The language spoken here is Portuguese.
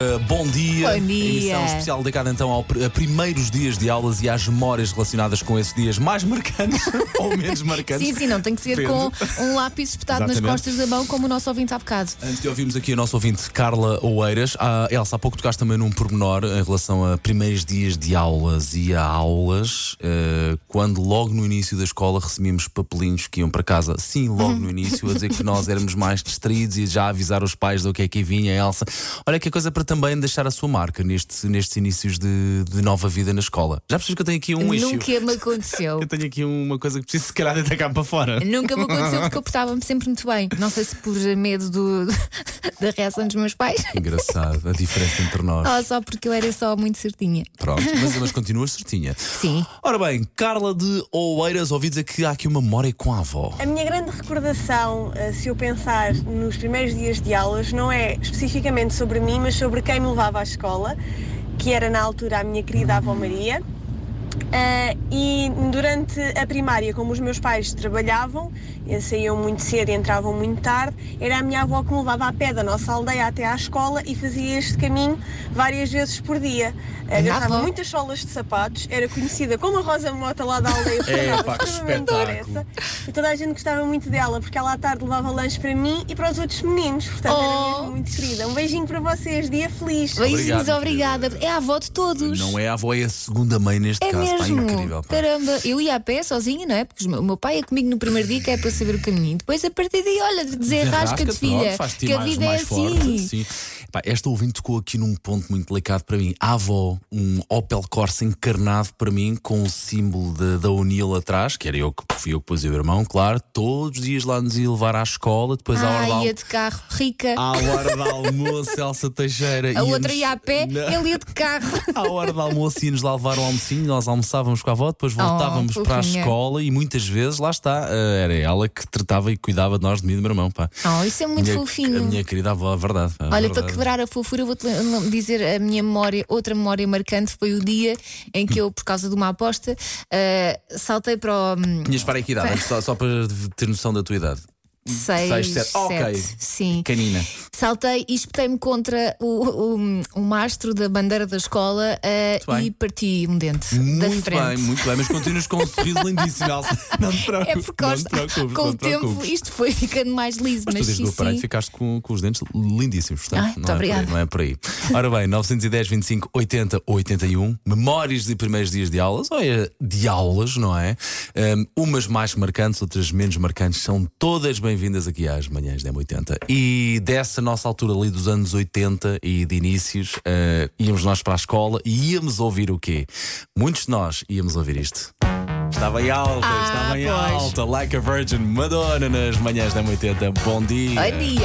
Uh, bom dia. Bom dia. Emissão especial dedicada então ao pr- a primeiros dias de aulas e às memórias relacionadas com esses dias mais marcantes ou menos marcantes. Sim, sim, não tem que ser Depende. com um lápis espetado nas Exatamente. costas da mão, como o nosso ouvinte há bocado. Antes de ouvirmos aqui a nossa ouvinte Carla Oeiras, ah, Elsa, há pouco tocaste também num pormenor em relação a primeiros dias de aulas e a aulas, eh, quando logo no início da escola recebíamos papelinhos que iam para casa, sim, logo no início, a dizer que nós éramos mais distraídos e já avisar os pais do que é que vinha, Elsa. Olha que coisa para também deixar a sua marca neste, nestes inícios de, de nova vida na escola. Já percebes que eu tenho aqui um issue. Nunca me aconteceu. Eu tenho aqui uma coisa que preciso se calhar deitar cá para fora. Nunca me aconteceu porque eu portava-me sempre muito bem. Não sei se por medo do- da reação dos meus pais Engraçado, a diferença entre nós. ou só porque eu era só muito certinha. Pronto, mas, mas continuas certinha. Sim. Ora bem, Carla de Oeiras, ouvi dizer que há aqui uma memória com a avó. A minha grande recordação, eh, se eu pensar nos primeiros dias de aulas, não é especificamente sobre mim, mas sobre quem me levava à escola, que era na altura a minha querida avó Maria. Ah, e durante a primária, como os meus pais trabalhavam, eh, saíam muito cedo e entravam muito tarde, era a minha avó que me levava a pé da nossa aldeia até à escola e fazia este caminho várias vezes por dia. Ah, Minha Gastava avó. muitas solas de sapatos, era conhecida como a Rosa Mota lá da aldeia. porque Epá, era que extremamente espetáculo. honesta. E toda a gente gostava muito dela, porque ela à tarde levava lanche para mim e para os outros meninos. Portanto, era Oh. mesmo muito querida. Um beijinho para vocês, dia feliz. Beijinhos, Obrigado, obrigada. É a avó de todos. Não é a avó, é a segunda mãe neste É caso. Pá, mesmo. incrível. pá. Caramba, eu ia a pé sozinha, não é? Porque os meu- o meu pai é comigo no primeiro dia que é para saber o caminho. Depois, a partir daí, olha, desenrasca-te, Desenrasca-te, pronto, filha. é faz-te Que a mais- vida é mais forte, assim. sim. Pá, esta ouvinte tocou aqui num ponto muito delicado para mim. A avó, um Opel Corsa encarnado para mim, com o símbolo da- da Unil atrás, que era eu que fui eu que pus o irmão, claro. Todos os dias lá nos ia levar à escola, depois à hora da Ah, al- ia de carro, rica. à hora do almoço, Elsa Teixeira. A ia-nos- outra ia a pé, Não. ele ia de carro. À hora do almoço íamos lá levar o almocinho, nós almoçávamos com a avó, depois voltávamos Oh, fofinha. para a escola e muitas vezes, lá está, eh, era ela que tratava e cuidava de nós, de mim e do meu irmão. Pá. Oh, isso é muito minha, fofinho. A minha querida avó, a verdade. pá, a Olha, para verdade. quebrar a fofura, eu vou-te lem- dizer a minha memória, outra memória marcante foi o dia em que eu, por causa de uma aposta, eh, saltei para o hum, Tinhas para que idade, só, só para ter noção da tua idade. seis, Seis, sete. Ok. sete. Sim. Canina. Saltei e espetei-me contra o, hum, o, o mastro da bandeira da escola eh, Muito bem. e parti um dente da Muito frente. bem, muito bem, mas continuas com um sorriso lindíssimo, Elsa. Não te preocupes. É porque não aos- te preocupes, com não o te tempo preocupes. isto foi ficando mais liso, Mas mas, tu desde sim, o aparelho sim. ficaste com, com os dentes lindíssimos, portanto, Ai, não, muito é por aí, obrigada. não é por aí. Ora bem, 910, 25, 80, 81, memórias de primeiros dias de aulas, olha, de aulas, não é? Um, umas mais marcantes, outras menos marcantes, são todas bem-vindas aqui às manhãs da M80. E dessa nossa altura ali dos anos 80 e de inícios, eh, íamos nós para a escola e íamos ouvir o quê? Muitos de nós íamos ouvir isto. Estava em alta, Ah, estava em pois. alta, like a virgin Madonna nas manhãs da M80. Bom dia. Bom dia.